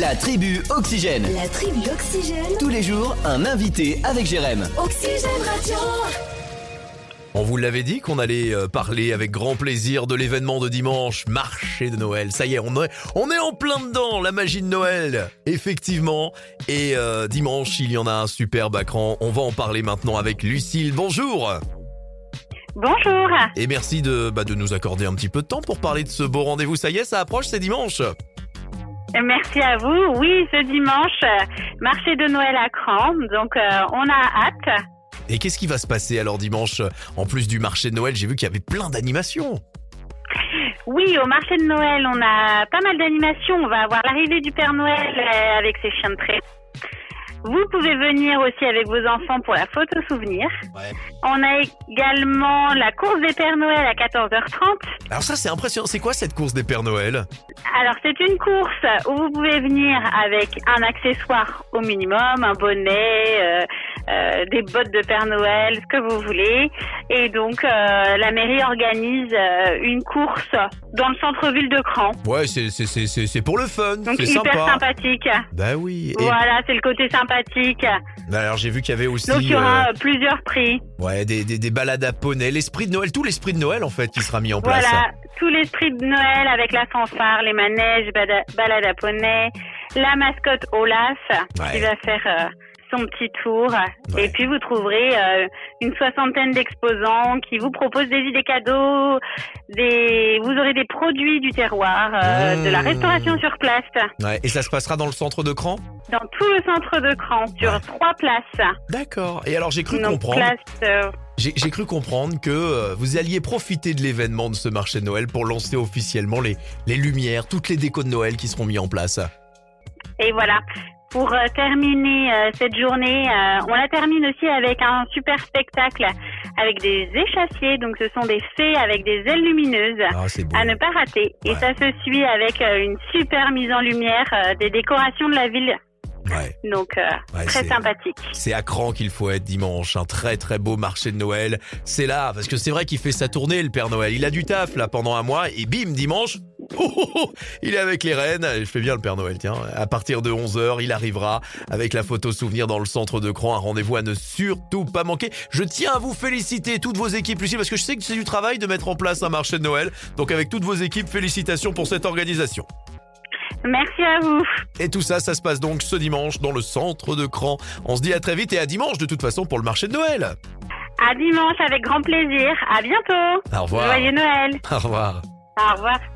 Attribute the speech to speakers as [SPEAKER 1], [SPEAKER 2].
[SPEAKER 1] La tribu Oxygène.
[SPEAKER 2] La tribu Oxygène.
[SPEAKER 1] Tous les jours, un invité avec Jérém.
[SPEAKER 2] Oxygène Radio.
[SPEAKER 3] On vous l'avait dit qu'on allait euh, parler avec grand plaisir de l'événement de dimanche, marché de Noël. Ça y est, on est, on est en plein dedans, la magie de Noël. Effectivement. Et euh, dimanche, il y en a un superbe à cran. On va en parler maintenant avec Lucille. Bonjour.
[SPEAKER 4] Bonjour.
[SPEAKER 3] Et merci de, bah, de nous accorder un petit peu de temps pour parler de ce beau rendez-vous. Ça y est, ça approche, c'est dimanche.
[SPEAKER 4] Merci à vous. Oui, ce dimanche, euh, marché de Noël à Cran. Donc, euh, on a hâte.
[SPEAKER 3] Et qu'est-ce qui va se passer alors dimanche En plus du marché de Noël, j'ai vu qu'il y avait plein d'animations.
[SPEAKER 4] Oui, au marché de Noël, on a pas mal d'animations. On va avoir l'arrivée du Père Noël euh, avec ses chiens de trait. Vous pouvez venir aussi avec vos enfants pour la photo souvenir.
[SPEAKER 3] Ouais.
[SPEAKER 4] On a également la course des Pères Noël à 14h30.
[SPEAKER 3] Alors ça, c'est impressionnant. C'est quoi cette course des Pères Noël
[SPEAKER 4] Alors, c'est une course où vous pouvez venir avec un accessoire au minimum, un bonnet, euh, euh, des bottes de Père Noël, ce que vous voulez. Et donc, euh, la mairie organise euh, une course dans le centre-ville de Cran.
[SPEAKER 3] Ouais, c'est c'est- c'est- c'est- c'est pour le fun.
[SPEAKER 4] Donc,
[SPEAKER 3] C'est
[SPEAKER 4] hyper
[SPEAKER 3] sympa.
[SPEAKER 4] sympathique.
[SPEAKER 3] Bah oui. Et
[SPEAKER 4] Voilà, c'est le côté sympathique.
[SPEAKER 3] bah alors j'ai vu qu'il y avait aussi
[SPEAKER 4] Donc, il y
[SPEAKER 3] euh,
[SPEAKER 4] aura euh, plusieurs prix.
[SPEAKER 3] ouais, des, des, des balades à poney, l'esprit de Noël, tout l'esprit de Noël en fait qui sera mis en place.
[SPEAKER 4] Voilà, tous les prix de Noël avec la fanfare, les manèges, bada- balade à poney, la mascotte Olaf
[SPEAKER 3] Ouais.
[SPEAKER 4] qui va faire euh, son petit tour.
[SPEAKER 3] Ouais.
[SPEAKER 4] Et puis vous trouverez euh, une soixantaine d'exposants qui vous proposent des idées cadeaux, des... vous aurez des produits du terroir, euh,
[SPEAKER 3] Mmh.
[SPEAKER 4] de la restauration sur place,
[SPEAKER 3] Ouais, et ça se passera dans le centre de Cran
[SPEAKER 4] dans tout le centre de Cran, sur
[SPEAKER 3] Ouais.
[SPEAKER 4] trois places.
[SPEAKER 3] D'accord. Et alors j'ai cru
[SPEAKER 4] Donc
[SPEAKER 3] comprendre,
[SPEAKER 4] place, euh,
[SPEAKER 3] j'ai j'ai cru comprendre que euh, vous alliez profiter de l'événement de ce marché de Noël pour lancer officiellement les les lumières, toutes les décos de Noël qui seront mis en place.
[SPEAKER 4] Et voilà. Pour euh, terminer euh, cette journée, euh, on la termine aussi avec un super spectacle avec des échassiers. Donc, ce sont des fées avec des ailes lumineuses
[SPEAKER 3] Ah, c'est beau.
[SPEAKER 4] à ne pas rater. Et
[SPEAKER 3] Ouais.
[SPEAKER 4] ça se suit avec euh, une super mise en lumière euh, des décorations de la ville.
[SPEAKER 3] Ouais.
[SPEAKER 4] Donc, euh,
[SPEAKER 3] Ouais,
[SPEAKER 4] très
[SPEAKER 3] c'est-
[SPEAKER 4] sympathique.
[SPEAKER 3] C'est à Cran qu'il faut être dimanche, un très très beau marché de Noël. C'est là, parce que c'est vrai qu'il fait sa tournée le Père Noël. Il a du taf là pendant un mois et bim, dimanche, oh, oh, oh, il est avec les reines. Je fais bien le Père Noël, tiens. À partir de 11h, il arrivera avec la photo souvenir dans le centre de Cran. Un rendez-vous à ne surtout pas manquer. Je tiens à vous féliciter toutes vos équipes, Lucie, parce que je sais que c'est du travail de mettre en place un marché de Noël. Donc avec toutes vos équipes, félicitations pour cette organisation.
[SPEAKER 4] Merci à vous.
[SPEAKER 3] Et tout ça, ça se passe donc ce dimanche dans le centre de Cran. On se dit à très vite et à dimanche de toute façon pour le marché de Noël.
[SPEAKER 4] À dimanche avec grand plaisir. À bientôt.
[SPEAKER 3] Au revoir.
[SPEAKER 4] Joyeux Noël.
[SPEAKER 3] Au revoir.
[SPEAKER 4] Au revoir.